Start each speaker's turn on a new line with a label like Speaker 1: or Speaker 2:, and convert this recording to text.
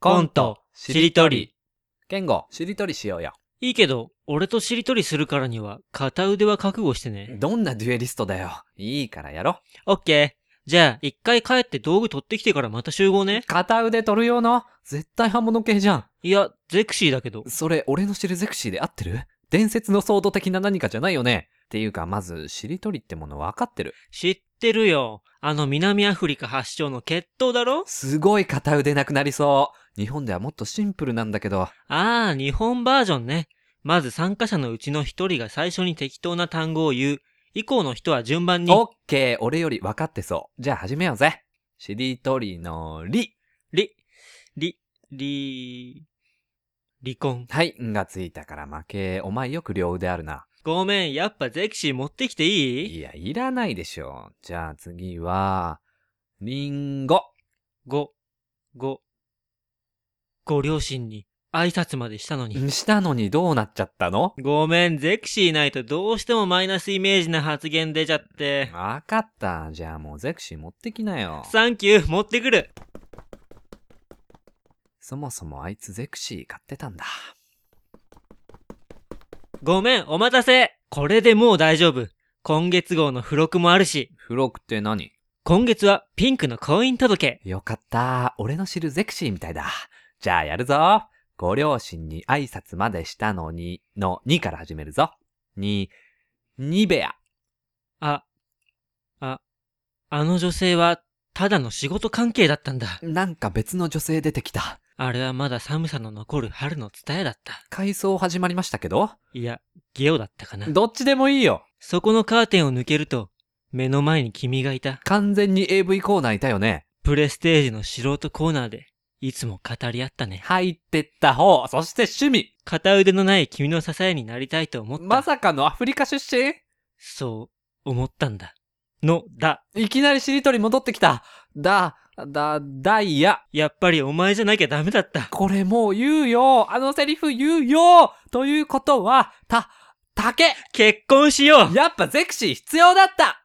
Speaker 1: コント、しりとり。
Speaker 2: ケンゴ、しりとりしようよ。
Speaker 1: いいけど、俺としりとりするからには、片腕は覚悟してね。
Speaker 2: どんなデュエリストだよ。いいからやろ。
Speaker 1: オッケー。じゃあ、一回帰って道具取ってきてからまた集合ね。
Speaker 2: 片腕取る用の絶対刃物系じゃ
Speaker 1: いや、ゼクシーだけど
Speaker 2: ん。。それ、俺の知るゼクシーで合ってる伝説のソード的な何かじゃないよね。っていうか、まず、しりとりってもの分かってる。
Speaker 1: 知ってるよ。あの南アフリカ発祥の決闘だろ
Speaker 2: すごい片腕なくなりそう。日本ではもっとシンプルなんだけど、
Speaker 1: ああ、日本バージョンね。まず参加者のうちの一人が最初に適当な単語を言う。以降の人は順番に。
Speaker 2: オッケー、俺より分かってそう。じゃあ始めようぜ。しりとりのり。
Speaker 1: り、り、り、離婚。
Speaker 2: はい、んがついたから負け。お前よく両腕あるな。
Speaker 1: ごめん、やっぱゼクシー持ってきていい
Speaker 2: いや、いらないでしょ。じゃあ次は、りんご。
Speaker 1: ご、ご、ご両親に挨拶までしたのに。
Speaker 2: したのにどうなっちゃったの
Speaker 1: ごめん、ゼクシーないとどうしてもマイナスイメージな発言出ちゃって。
Speaker 2: わかった。じゃあもうゼクシー持ってきなよ。
Speaker 1: サンキュー、持ってくる。
Speaker 2: そもそもあいつゼクシー買ってたんだ。
Speaker 1: ごめん、お待たせ。これでもう大丈夫。今月号の付録もあるし、
Speaker 2: 付録って何
Speaker 1: 今月はピンクの婚姻届。
Speaker 2: よかった。俺の知るゼクシーみたいだ。じゃあやるぞ。ご両親に挨拶までしたのに、の2から始めるぞ。に、ニベア。
Speaker 1: あ、あ、あの女性は、ただの仕事関係だったんだ。
Speaker 2: なんか別の女性出てきた。
Speaker 1: あれはまだ寒さの残る春の蔦屋だった。
Speaker 2: 改装始まりましたけど
Speaker 1: いや、ゲオだったかな。
Speaker 2: どっちでもいいよ。
Speaker 1: そこのカーテンを抜けると、目の前に君がいた。
Speaker 2: 完全に AV コーナーいたよね。
Speaker 1: プレステージの素人コーナーで、いつも語り合ったね。
Speaker 2: 入ってった方、そして趣
Speaker 1: 片腕のない君の支えになりたいと思っ
Speaker 2: 味。
Speaker 1: た。
Speaker 2: まさかのアフリカ出身
Speaker 1: そう、思ったんだ。の、だ。
Speaker 2: いきなりしりとり戻ってきた。だ、だ、ダイヤ。
Speaker 1: やっぱりお前じゃなきゃダメだった。
Speaker 2: これもう言うよ。あのセリフ言うよ。ということは、た、竹。
Speaker 1: 結婚しよう
Speaker 2: やっぱゼクシー必要だった。